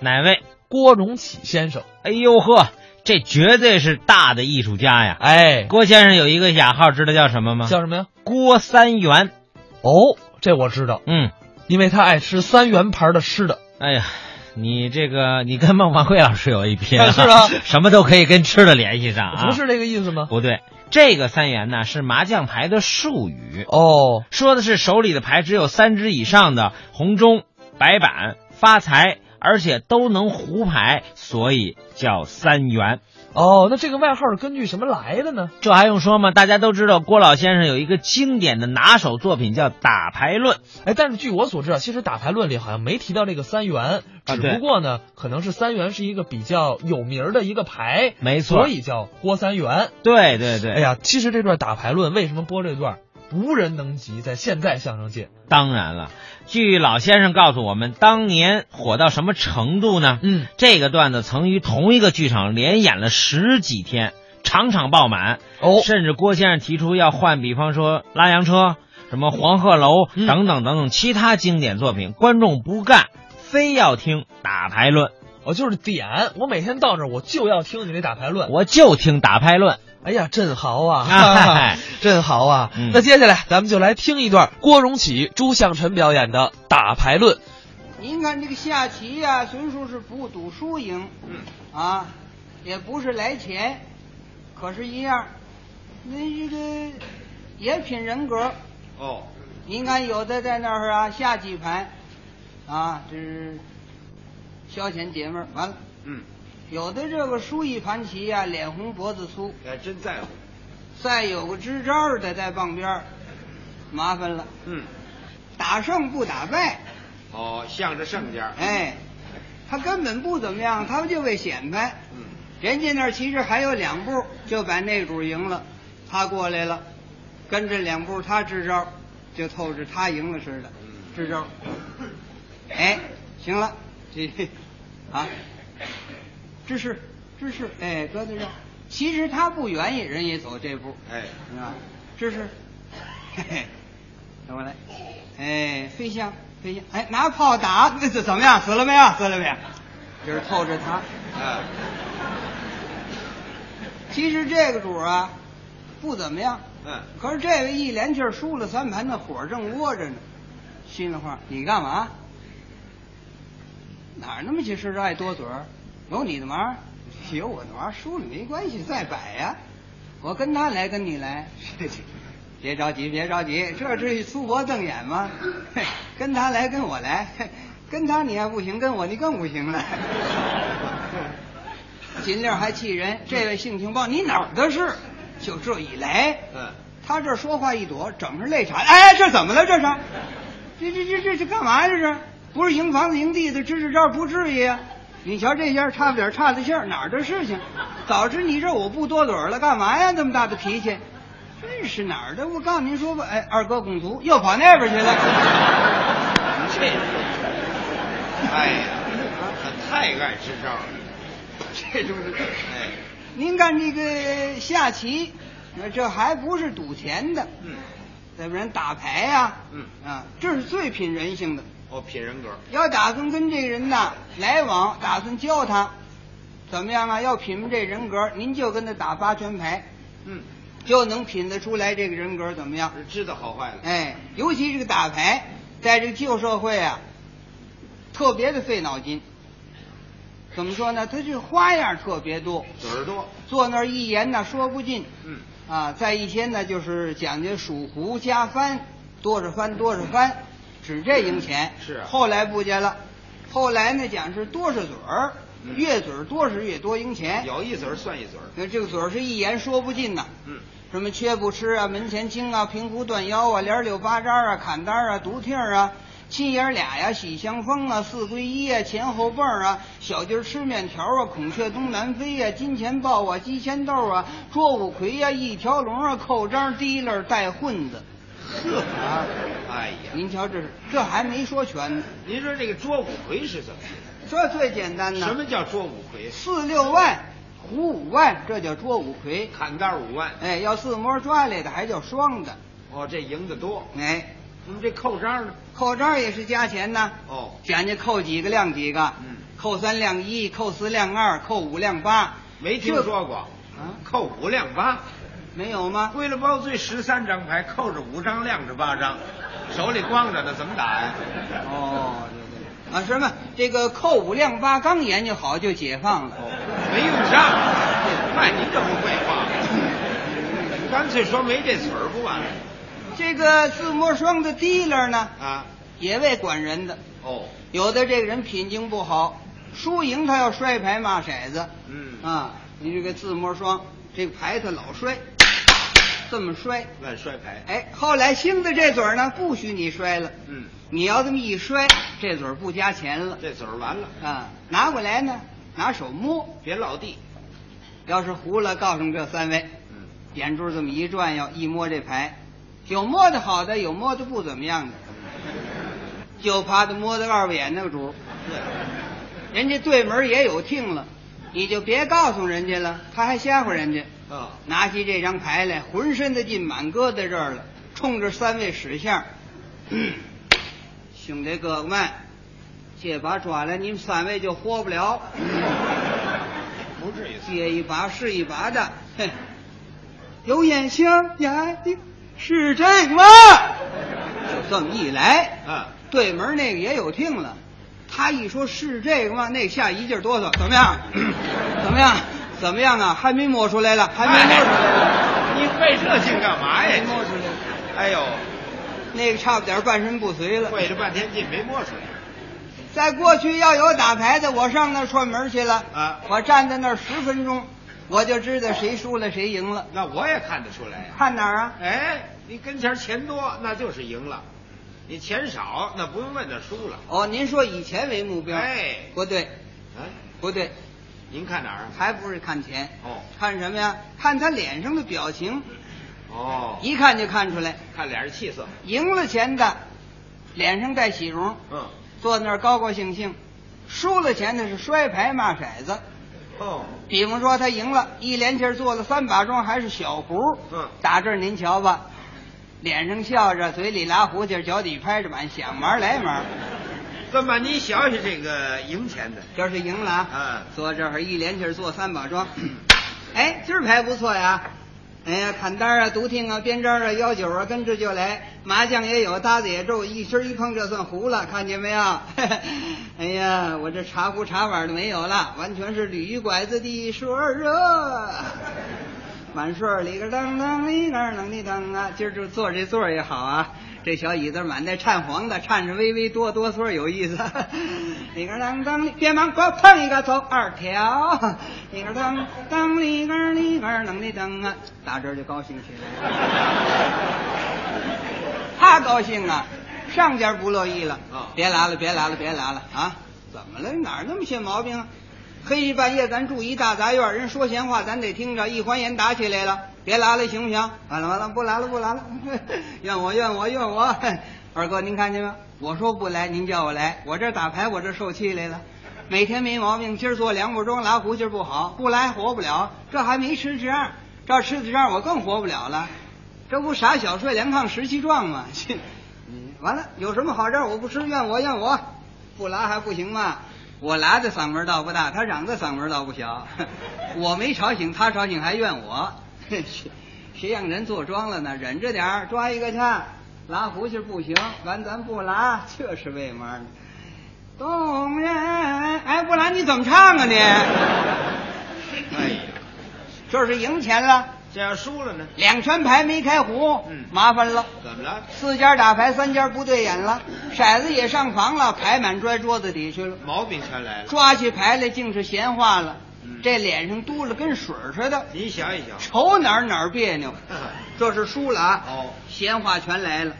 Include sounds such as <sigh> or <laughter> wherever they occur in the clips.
哪位？郭荣启先生，哎呦呵，这绝对是大的艺术家呀！哎，郭先生有一个雅号，知道叫什么吗？叫什么呀？郭三元。哦，这我知道，嗯，因为他爱吃三元牌的湿的。哎呀，你这个你跟孟凡贵老师有一拼、 <laughs> 哎是啊什么都可以跟吃的联系上啊。不是这个意思吗？不对，这个三元呢是麻将牌的术语，哦，说的是手里的牌只有三只以上的红中、白板、发财，而且都能胡牌，所以叫三元。哦，那这个外号是根据什么来的呢？这还用说吗？大家都知道郭老先生有一个经典的拿手作品叫《打牌论》，哎，但是据我所知啊，其实打牌论里好像没提到这个三元，啊只对不过呢，可能是三元是一个比较有名儿的一个牌，没错所。以叫郭三元。对对对，哎呀，其实这段打牌论为什么播这段，无人能及，在现在相声界，当然了，据老先生告诉我们，当年火到什么程度呢？嗯，这个段子曾于同一个剧场连演了十几天，场场爆满，哦，甚至郭先生提出要换，比方说拉洋车、什么黄鹤楼嗯等等等等其他经典作品，观众不干，非要听打牌论，我哦就是点，我每天到这儿我就要听你这打牌论，我就听打牌论。哎呀，真豪啊， <laughs> 哎真豪啊！嗯那接下来咱们就来听一段郭荣启、朱向臣表演的打牌论。您看这个下棋呀、纯属是不赌输赢，嗯啊，也不是来钱，可是，一样，那这个也品人格。哦，您看，有的在那儿啊下几盘，啊，这是消遣解闷儿，完了；嗯，有的这个输一盘棋呀、脸红脖子粗，哎，真在乎。再有个支招儿的在傍边儿，麻烦了，嗯，打胜不打败。哦，向着圣家。哎，他根本不怎么样，他们就为显摆。嗯，人家那儿其实还有两步就把那主赢了，他过来了，跟着两步他支招，就透着他赢了似的，嗯支招。哎，行了，这啊，支持支持，哎，搁在这儿。其实他不愿意，人也走这步。哎，是吧？支持，啊嘿嘿，等我来，哎，飞象，飞象，哎，拿炮打，那怎怎么样？死了没有？死了没有？啊就是透着他。啊，其实这个主啊，不怎么样，嗯，可是这位一连气儿输了三盘，那火正窝着呢。心里话，你干嘛？哪儿那么些事儿爱多嘴儿？有你的忙儿，有我的忙儿，输了没关系，再摆呀。我跟他来，跟你来，别着急，别着急，这是粗脖瞪眼吗？嘿跟他来，跟我来，嘿跟他你还不行，跟我你更不行了。 <laughs> 尽量还气人，这位性情暴，你哪儿的事？就这一来，嗯，他这说话一躲，整是泪茶。哎，这怎么了？这是，这这这这这干嘛呀？这是不是赢房子赢地的？支支招不至于呀、你瞧这下差点差的信儿，哪儿的事情？早知你这我不多嘴儿了，干嘛呀？这么大的脾气，真是哪儿的？我告诉您说吧，哎，二哥拱卒又跑那边去了。哎呀，他太爱支招了。这种人，哎，您看这个下棋，这还不是赌钱的，嗯，再不然打牌呀、嗯啊，这是最品人性的。哦，品人格。要打算跟这个人呐来往，打算教他怎么样啊？要品这人格，您就跟他打八圈牌，嗯，就能品得出来这个人格怎么样。知道好坏了。哎，尤其这个打牌，在这个旧社会啊，特别的费脑筋。怎么说呢？他这花样特别多，嘴儿多。坐那儿一言呢说不尽嗯，啊。再一些呢，就是讲究数胡加翻，多少翻多少翻，只这赢钱。是啊后来不见了，后来呢讲是多少嘴儿，越嘴儿多是越多赢钱。有嗯一嘴儿算一嘴儿。那这个嘴儿是一言说不尽呐。嗯，什么缺不吃啊，门前清啊，平湖断腰啊，连柳八扎啊，砍单啊，独听儿啊，亲爷儿俩呀，喜相逢啊，四归一啊，前后蹦儿啊，小鸡儿吃面条啊，孔雀东南飞啊，金钱豹啊，鸡钱豆啊，捉五魁呀、一条龙啊，扣张提溜儿带混子。 <laughs> 呵啊，哎呀，您瞧这是，这还没说全呢，您说这个捉五魁是怎么意思？这最简单呢。什么叫捉五魁？四六万，胡五万，这叫捉五魁。砍单五万。哎，要自摸抓来的还叫双的。哦，这赢的多。哎，那么这扣张呢？扣张也是加钱呐。哦，讲究扣几个亮几个，嗯，扣三亮一，扣四亮二，扣五亮八，没听这说过啊扣五亮八，没有吗？归了包最十三张牌，扣着五张，亮着八张，手里光着的怎么打呀？哦，对对对，啊，什么这个扣五亮八刚研究好就解放了，哦没用上，那你可不废话，你干脆说没这词儿不完了这个自摸霜的 dealer 呢，啊？也为管人的，哦，有的这个人品行不好，输赢他要摔牌骂骰子，嗯啊，你这个自摸霜这个牌他老摔，这么摔，乱摔牌，哎，后来兴的这嘴儿呢不许你摔了，嗯，你要这么一摔，这嘴儿不加钱了，这嘴儿完了，啊，拿过来呢，拿手摸，别落地，要是糊了，告诉这三位，嗯，眼珠这么一转悠，一摸这牌，有摸的好的，有摸的不怎么样的，就怕他摸的外边眼那个主儿，人家对门也有听了，你就别告诉人家了，他还吓唬人家。啊，拿起这张牌来，浑身的劲满搁在这儿了，冲着三位使相，兄弟哥哥们，这把抓来，你们三位就活不了，不至于，接一把是一把的，嘿，有眼相呀，你是这个吗？就这么一来，啊，对门那个也有听了，他一说是这个吗？那个吓一劲儿哆嗦，怎么样？ <clears throat> 怎么样？怎么样啊？还没摸出来了，哎还没摸出来了。哎你费这劲干嘛呀？摸出来，哎呦， <laughs> 那个差不点半身不遂了。费了半天劲没摸出来，在过去要有打牌的，我上那儿串门去了啊我站在那儿十分钟，我就知道谁输了谁赢了。那我也看得出来呀。看哪儿啊？哎，你跟前儿钱多，那就是赢了；你钱少，那不用问，那输了。哦，您说以钱为目标？哎不对，啊，不对，您看哪儿啊？还不是看钱，哦看什么呀？看他脸上的表情，哦，一看就看出来，看脸儿气色，赢了钱的脸上带喜容，嗯，坐那儿高高兴兴；输了钱的是摔牌骂骰子。哦，比方说他赢了，一连气儿做了三把庄，还是小胡。嗯打这儿您瞧吧，脸上笑着，嘴里拉胡琴，脚底拍着板，想玩儿来玩儿，这么你想想这个赢钱的，这是赢了啊。嗯坐这儿一连气儿做三把庄， <coughs> 哎，今儿牌不错呀。哎呀，砍单儿啊，独听啊，编张啊，幺九啊，跟着就来。麻将也有，搭子也皱，一身一碰这算胡了，看见没有？ <laughs> 哎呀，我这茶壶茶碗都没有了，完全是鲤鱼拐子的水儿啊！满顺儿里个当当里个当里当啊，今儿就坐这座儿也好啊，这小椅子满带颤黄的，颤着微微哆哆嗦儿有意思。 <laughs> 里个当当里，别忙，光碰一个走二条。里个当当里个里个当里当啊，打这儿就高兴起来了。他高兴啊，上家不乐意了啊别拉了，别拉了，别拉了啊！怎么了？哪儿那么些毛病啊？黑半夜咱住一大杂院，人说闲话咱得听着，一还眼打起来了，别拉了行不行？完了完了，不拉了不拉了， <laughs> 怨我怨我怨我！ <laughs> 二哥您看见没？我说不来，您叫我来，我这打牌我这受气来了。每天没毛病，今儿做两不中拉胡筋不好，不来活不了。这还没吃这样，照吃这样我更活不了了。这不傻小睡凉炕十七壮吗？嗯 <laughs> 完了，有什么好招？我不吃，怨我怨我，不拉还不行吗？我拉的嗓门倒不大，他嚷的嗓门倒不小。 <laughs> 我没吵醒他，吵醒还怨我。 <laughs> 谁谁让人坐庄了呢？忍着点儿，抓一个去。拉胡琴不行，完咱不拉，这是为嘛呢？动人，哎，不拉你怎么唱啊你？ <laughs> 哎呀，这是赢钱了，这要输了呢，两圈牌没开胡，嗯麻烦了。怎么了？四家打牌，三家不对眼了，骰子也上房了，牌满拽桌子底去了，毛病全来了。抓起牌来竟是闲话了，嗯这脸上嘟了跟水儿似的，你想一想， <laughs> 瞅哪儿哪儿别扭。这是输了啊！哦，闲话全来了。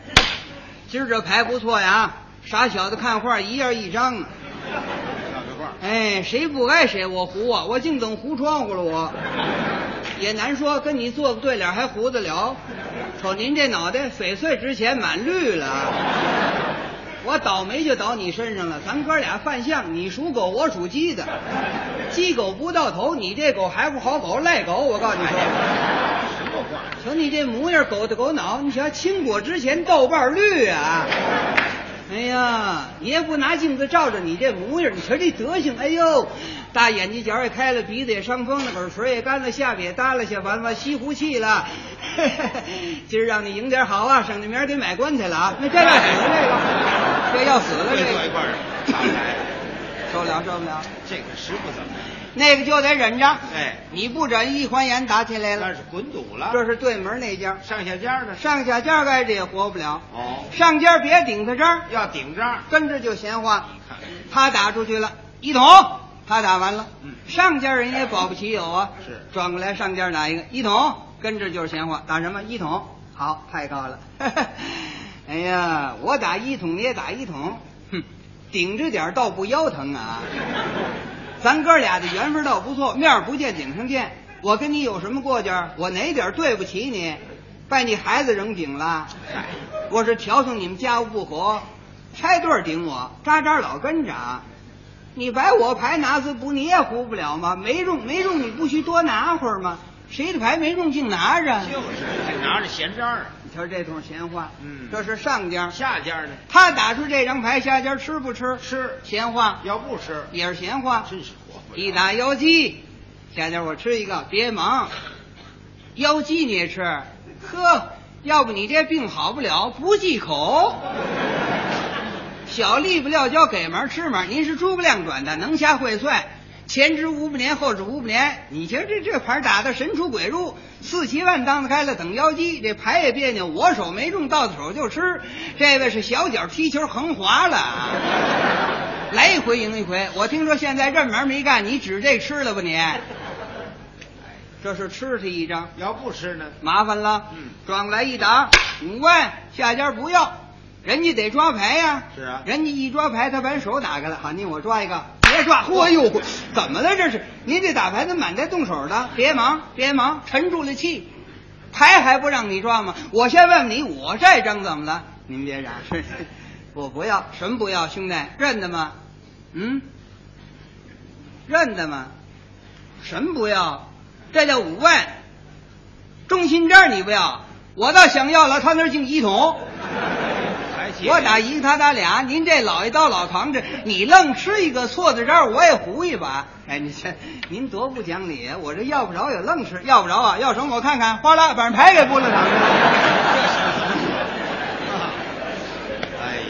今儿这牌不错呀，傻小子看画一样一张啊！小个话，哎，谁不该谁，我胡啊！我净等胡窗户了我，也难说，跟你做个对脸还胡得了。瞅您这脑袋翡翠值钱，满绿了啊。我倒霉就倒你身上了，咱哥俩犯相，你属狗，我属鸡的，鸡狗不到头，你这狗还不好狗，赖狗！我告诉你说，哎什么话？瞧你这模样，狗的狗脑，你瞧青果值钱，豆瓣绿啊！哎呀，你也不拿镜子照着你这模样，你瞧这德行，哎呦，大眼睛角也开了，鼻子也伤风了，耳垂也干了，下巴也耷拉下，完完吸呼气了。 <laughs> 今儿让你赢点好啊，省得明儿得买棺材了啊！那这要死了，这个，这要死了，这这一个块儿上不来，受不了，受不了，这个实不怎么样。那个就得忍着。哎，你不忍，一还眼打起来那了。是滚堵了，这是对门那家，上下家呢。上下家挨着也活不了，哦，上家别顶在这儿，要顶张，跟着就闲话。你看他打出去了，一桶，他打完了，嗯上家人也保不齐有啊，是转过来上家拿一个一桶，跟着就是闲话，打什么一桶，好，太高了， <laughs> 哎呀，我打一桶你也打一桶，哼，顶着点儿倒不腰疼 <laughs> 啊，咱哥俩的缘分倒不错，面儿不见顶上见，我跟你有什么过节儿？我哪点儿对不起你？把你孩子扔井了，哎我是调唆你们家务不和，拆对儿顶我，扎扎老跟着啊。你摆我牌拿次不，你也胡不了吗？没中没中，你不许多拿会儿吗？谁的牌没中净拿着？就是这拿着闲张啊。啊你瞧这通闲话，嗯这是上家，下家呢他打出这张牌，下家吃不吃？吃，闲话要不吃也是闲话，真是活不了。一打腰鸡，下家我吃一个，别忙，腰鸡你也吃，呵，要不你这病好不了，不忌口。小利不料交给门儿吃门儿，您是诸葛亮转的，能掐会算，前知无不年，后知无不年。你瞧这这牌打的神出鬼入，四七万当子开了等腰鸡，这牌也别扭，我手没中，到手就吃。这位是小脚踢球横滑了啊。来一回赢一回。我听说现在这门没干，你指这吃了吧 <laughs> 你？这是吃他一张，要不吃呢，麻烦了。嗯转过来一打五万，下家不要，人家得抓牌呀、是啊人家一抓牌，他把手打开了，喊你我抓一个，别抓！嚯哎呦，怎么了这是？您这打牌怎么满带动手的？别忙，别忙，沉住了气。牌还不让你抓吗？我先问问你，我这张怎么了？您别嚷，我不要，什么不要，兄弟，认得吗？嗯，认得吗？什么不要？这叫五万。中心这儿你不要，我倒想要了，他那儿净一桶。还起我打一个，他打俩。您这老一刀老扛着，你愣吃一个错在这儿，我也胡一把。哎，你这您多不讲理啊！我这要不着也愣吃，要不着啊，要什么我看看，哗啦，把人牌给拨了淌着。哎呀，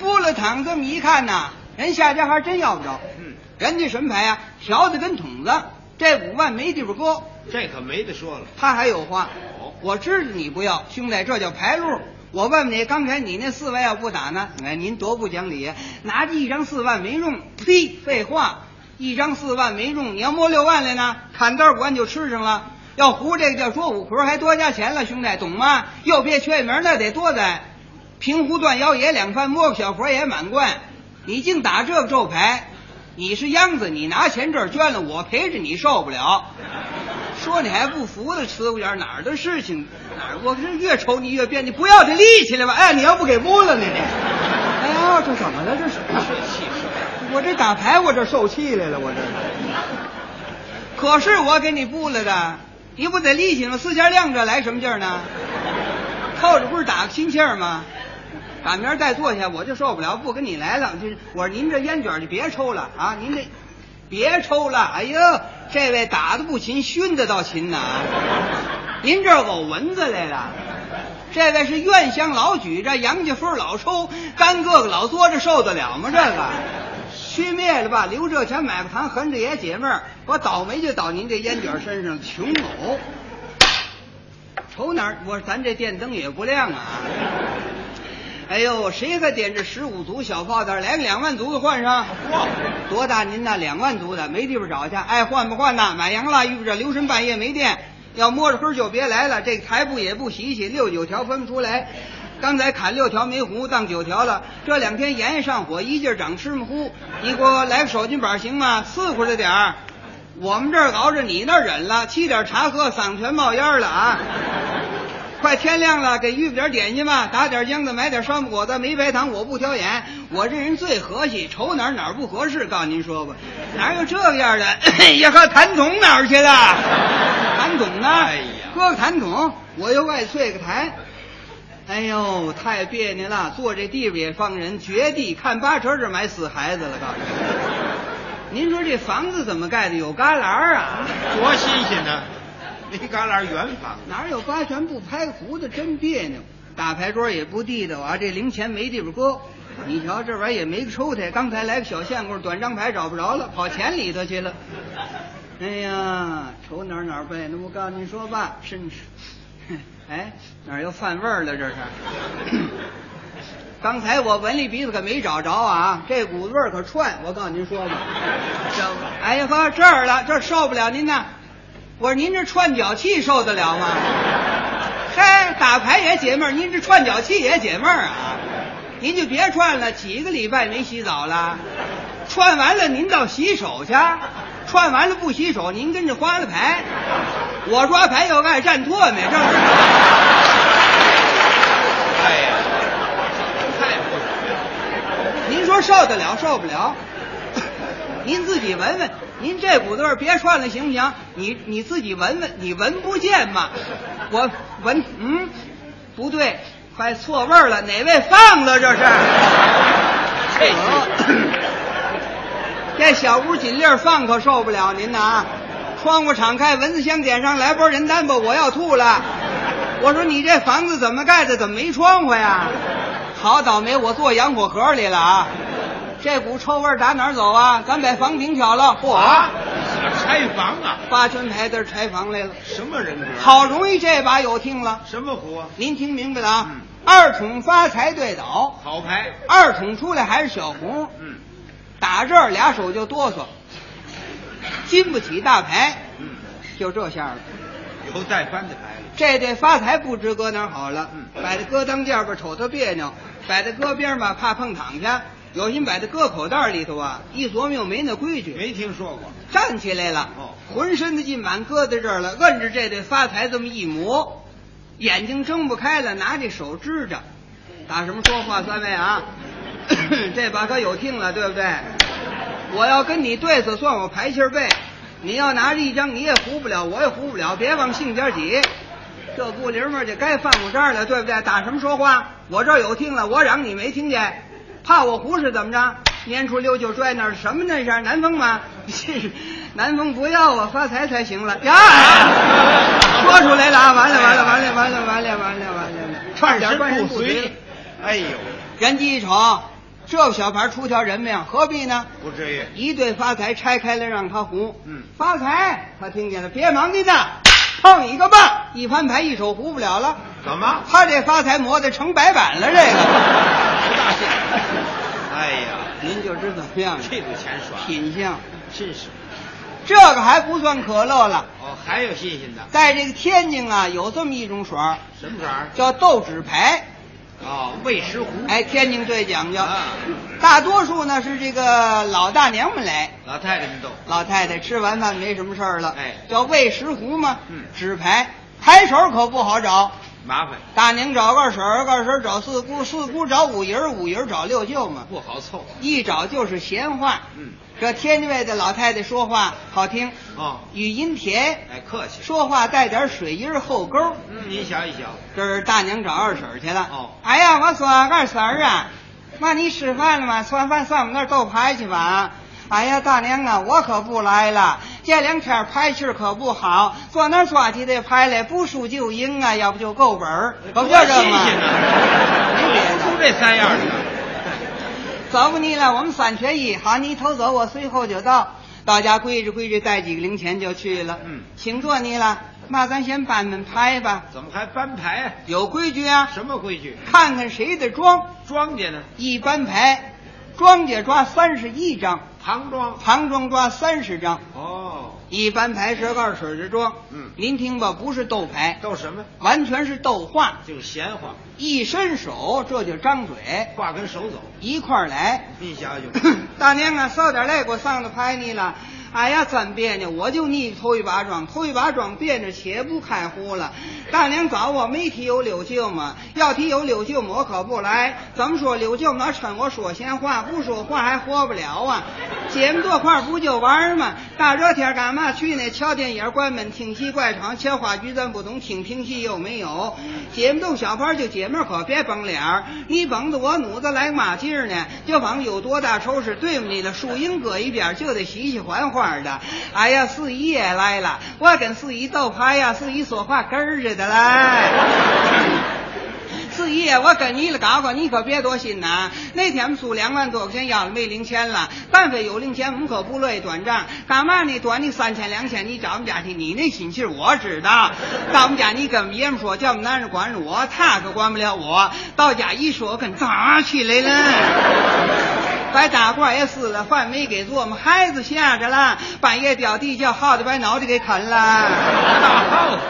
拨了躺这么一看呐、人下家还真要不着。嗯，人家什么牌呀、条子跟筒子，这五万没地方搁。这可没得说了。他还有话哦，我知道你不要，兄弟，这叫牌路。我问问你，刚才你那四万要不打呢？哎，您多不讲理呀！拿着一张四万没中，呸，废话，一张四万没中，你要摸六万来呢，砍刀管就吃上了。要胡这个叫捉五魁，还多加钱了，兄弟，懂吗？又别缺一门，那得多宰。平湖断腰也两番，摸个小佛也满贯。你净打这个咒牌，你是秧子，你拿钱这儿捐了，我陪着你受不了。说你还不服的慈姑园哪儿的事情哪儿？我是越瞅你越变，你不要这力气了吧？哎，你要不给摸了呢你？哎呀，这怎么了？这是气势，我这打牌，我这受气来了，我这。可是我给你布了的，你不得力气吗？四家亮着来什么劲儿呢？扣着不是打个心气儿吗？打明儿再坐下，我就受不了，不跟你来了。就是我说您这烟卷就别抽了啊，您这别抽了。哎呦，这位打的不勤，熏的倒勤呐。您这儿偶蚊子来了。这位是院香老举着，杨家夫老抽，干哥哥老嘬着，受得了吗？这个虚灭了吧？留这钱买个糖，横着也解闷儿。我倒霉就倒您这烟卷身上，穷偶。瞅哪儿？我说咱这电灯也不亮啊！哎呦，谁还点这十五足小炮弹？连两万足的换上。多大您呐？两万足的没地方找去，爱换不换呐？买洋蜡遇不着，留神半夜没电，要摸着黑儿就别来了。这台布也不洗洗，六九条分不出来。刚才砍六条没糊，当九条了。这两天盐也上火，一劲儿长芝麻糊。你给我来个手巾板行吗？伺候着点儿。我们这儿熬着，你那儿忍了，沏点茶喝，嗓子全冒烟了啊！快天亮了，给预备点点心吧，打点姜子，买点酸不果子，没白糖，我不挑眼，我这人最和气，瞅哪儿哪儿不合适，告诉您说吧，哪有这样的？ <laughs> 哎呀呵，谭总哪儿去了？谭总呢？哎呀搁个谭总，我又爱碎个台。哎呦，太别扭了！坐这地方也放人，绝地看八成是埋死孩子了。告诉 <laughs> 你，您说这房子怎么盖的？有旮旯啊？多新鲜呢！那旮旯圆房，哪有八全不拍胡的？真别扭！打牌桌也不地道啊，这零钱没地方搁。你瞧这玩意儿也没个抽屉，刚才来个小相公，短张牌找不着了，跑钱里头去了。哎呀，瞅哪儿哪儿背，那我告诉你说吧，真是， <laughs> 哎，哪儿又犯味儿了？这是。刚才我闻了鼻子可没找着啊，这股子味儿可串。我告诉您说吧，这哎呀呵，这儿了，这儿受不了您呐！我说您这串脚气受得了吗？嗨，打牌也解闷儿，您这串脚气也解闷儿啊！您就别串了，几个礼拜没洗澡了，串完了您到洗手去，串完了不洗手您跟着花了牌，我抓牌又爱蘸唾沫，这是哎呀，太不容易了。您说受得了受不了？您自己闻闻，您这股子味儿别串了行不行？你你自己闻闻，你闻不见嘛？我闻，嗯，不对，快错味儿了，哪位放了这是？这这小屋紧粒儿放可受不了您呐啊！窗户敞开，蚊子香点上来波人单吧，我要吐了。我说你这房子怎么盖的？怎么没窗户呀？好倒霉，我坐洋火盒里了啊！这股臭味儿打哪儿走啊？咱把房顶挑了，嚯、啊，拆房啊，八圈牌子拆房来了。什么人格？好容易这把有听了，什么胡啊？您听明白了啊？嗯二筒发财对倒，好牌，二筒出来还是小红。嗯打这儿俩手就哆嗦，经不起大牌，嗯，就这下了。有带翻的牌了，这对发财不知搁哪儿好了，嗯摆在搁当垫儿吧，瞅他别扭；摆在搁边儿吧，怕碰躺下；有心摆在搁口袋里头啊，一琢磨又没那规矩， <laughs> 没听说过。站起来了，哦浑身的劲满搁在这儿了，摁着这对发财这么一磨，眼睛睁不开了，拿这手支着，打什么说话？三位啊， <coughs> 这把可有听了，对不对？我要跟你对死，算我排气儿背。你要拿着一张，你也糊不了，我也糊不了，别往性尖挤。这不灵们儿就该放我这儿了，对不对？打什么说话？我这儿有听了，我嚷你没听见，怕我胡是怎么着？年初六就拽那儿什么那是南风吗？ <laughs> 这是南风不要啊，发财才行了呀！ <laughs> 说出来了啊，完了完了完了完了完了完了完了，串点身半身不遂遂了。，哎呦，人机一瞅，这小牌出条人命，何必呢？不至于，一对发财拆开了让他胡，嗯发财他听见了，别忙的呢，碰一个棒，一翻牌一手胡不了了。怎么他这发财磨的成白板了，这 <laughs> 不大兴？哎呀，个您就知怎么样了，这个钱耍的品相。真是。这个还不算可乐了，哦，还有新鲜的，在这个天津啊，有这么一种水儿什么色儿？叫豆纸牌，哦，喂食糊。哎，天津最讲究啊，大多数呢是这个老大娘们来，老太太们都老太太吃完饭没什么事儿了，哎叫喂食壶嘛，嗯纸牌，牌手可不好找，麻烦，大娘找二婶儿，二婶儿找四姑，四姑找五姨儿，五姨儿找六舅嘛，不好凑。一找就是闲话。嗯，这天津卫的老太太说话好听，哦，语音甜，哎，客气。说话带点水音儿后勾儿。嗯，您瞧一瞧，这是大娘找二婶儿去了。哦哎呀，我说二婶儿啊，妈你吃饭了吗？吃完饭上我们那儿斗牌去吧。哎呀，大娘啊，我可不来了。这两天牌气儿可不好，坐那儿抓起这牌来，不输就赢啊，要不就够本儿，可不就多这新吗？鲜呢，不出这三样的。走不你了，我们三缺一，好，你头走，我随后就到。到家规着规着，带几个零钱就去了。嗯请坐你了，妈，咱先搬搬牌吧，怎么还搬牌啊？有规矩啊，什么规矩？看看谁的庄。庄稼呢？一般牌，庄家抓三十一张，唐庄。旁庄抓三十张。哦，一般牌是二水的庄，嗯您听吧，不是斗牌，斗什么？完全是斗话。就是闲话，一伸手，这就张嘴，话跟手走。一块儿来。您瞧 <laughs> 瞧， <coughs> 大娘啊，受点累，给我上头拍你了。哎呀，真别扭，我就腻头一把庄，头一把庄别扭，且不开胡了。大娘找我没提有柳舅嘛，要提有柳舅母我可不来。怎么说柳舅母趁我说闲话，不说话还活不了啊。姐们多块儿不就玩儿吗？大热天干嘛去呢？瞧电影、关门、听戏、怪场、瞧话剧，咱不懂，听评戏又没有。姐们逗小牌儿就姐姐妹可别绷脸儿，你绷得我努子来马劲儿呢。这网有多大仇是对付你的，树荫搁一边儿就得喜喜欢欢的。哎呀，四姨也来了，我跟四姨斗牌呀，四姨说话根儿似的来。四姨，我跟你了搞搞，你可别多心呐。那天我们输两万多块钱，要了没零钱了。但凡有零钱，我们可不乐意短账。干嘛呢？短你三千两千，你找我们家去，你那心气儿我知道。到我们家，你跟我们爷们说，叫我们男人管着我，他可管不了我。到家一说，我跟咋起来了？把大褂也撕了，饭没给做，我们孩子吓着了，半夜掉地叫耗子把脑袋给啃了。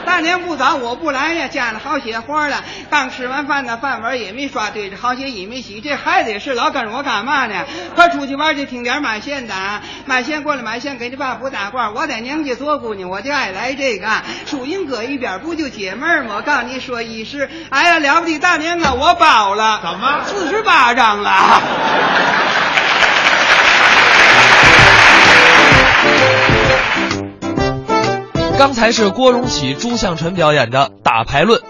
大年不早我不来呀，家里好些活儿了。刚吃完饭呢，饭碗也没刷，对着好些也没洗。这孩子也是老跟着我干嘛呢？快出去玩去，听点买线的啊！买线过来买线，给你爸补大褂。我在娘家做姑娘，我就爱来这个。树荫搁一边，不就解闷儿吗？我告诉你说一是，哎呀，了不得，大年啊，我包了，怎么四十八张了？刚才是郭荣启、朱向臣表演的《打牌论》。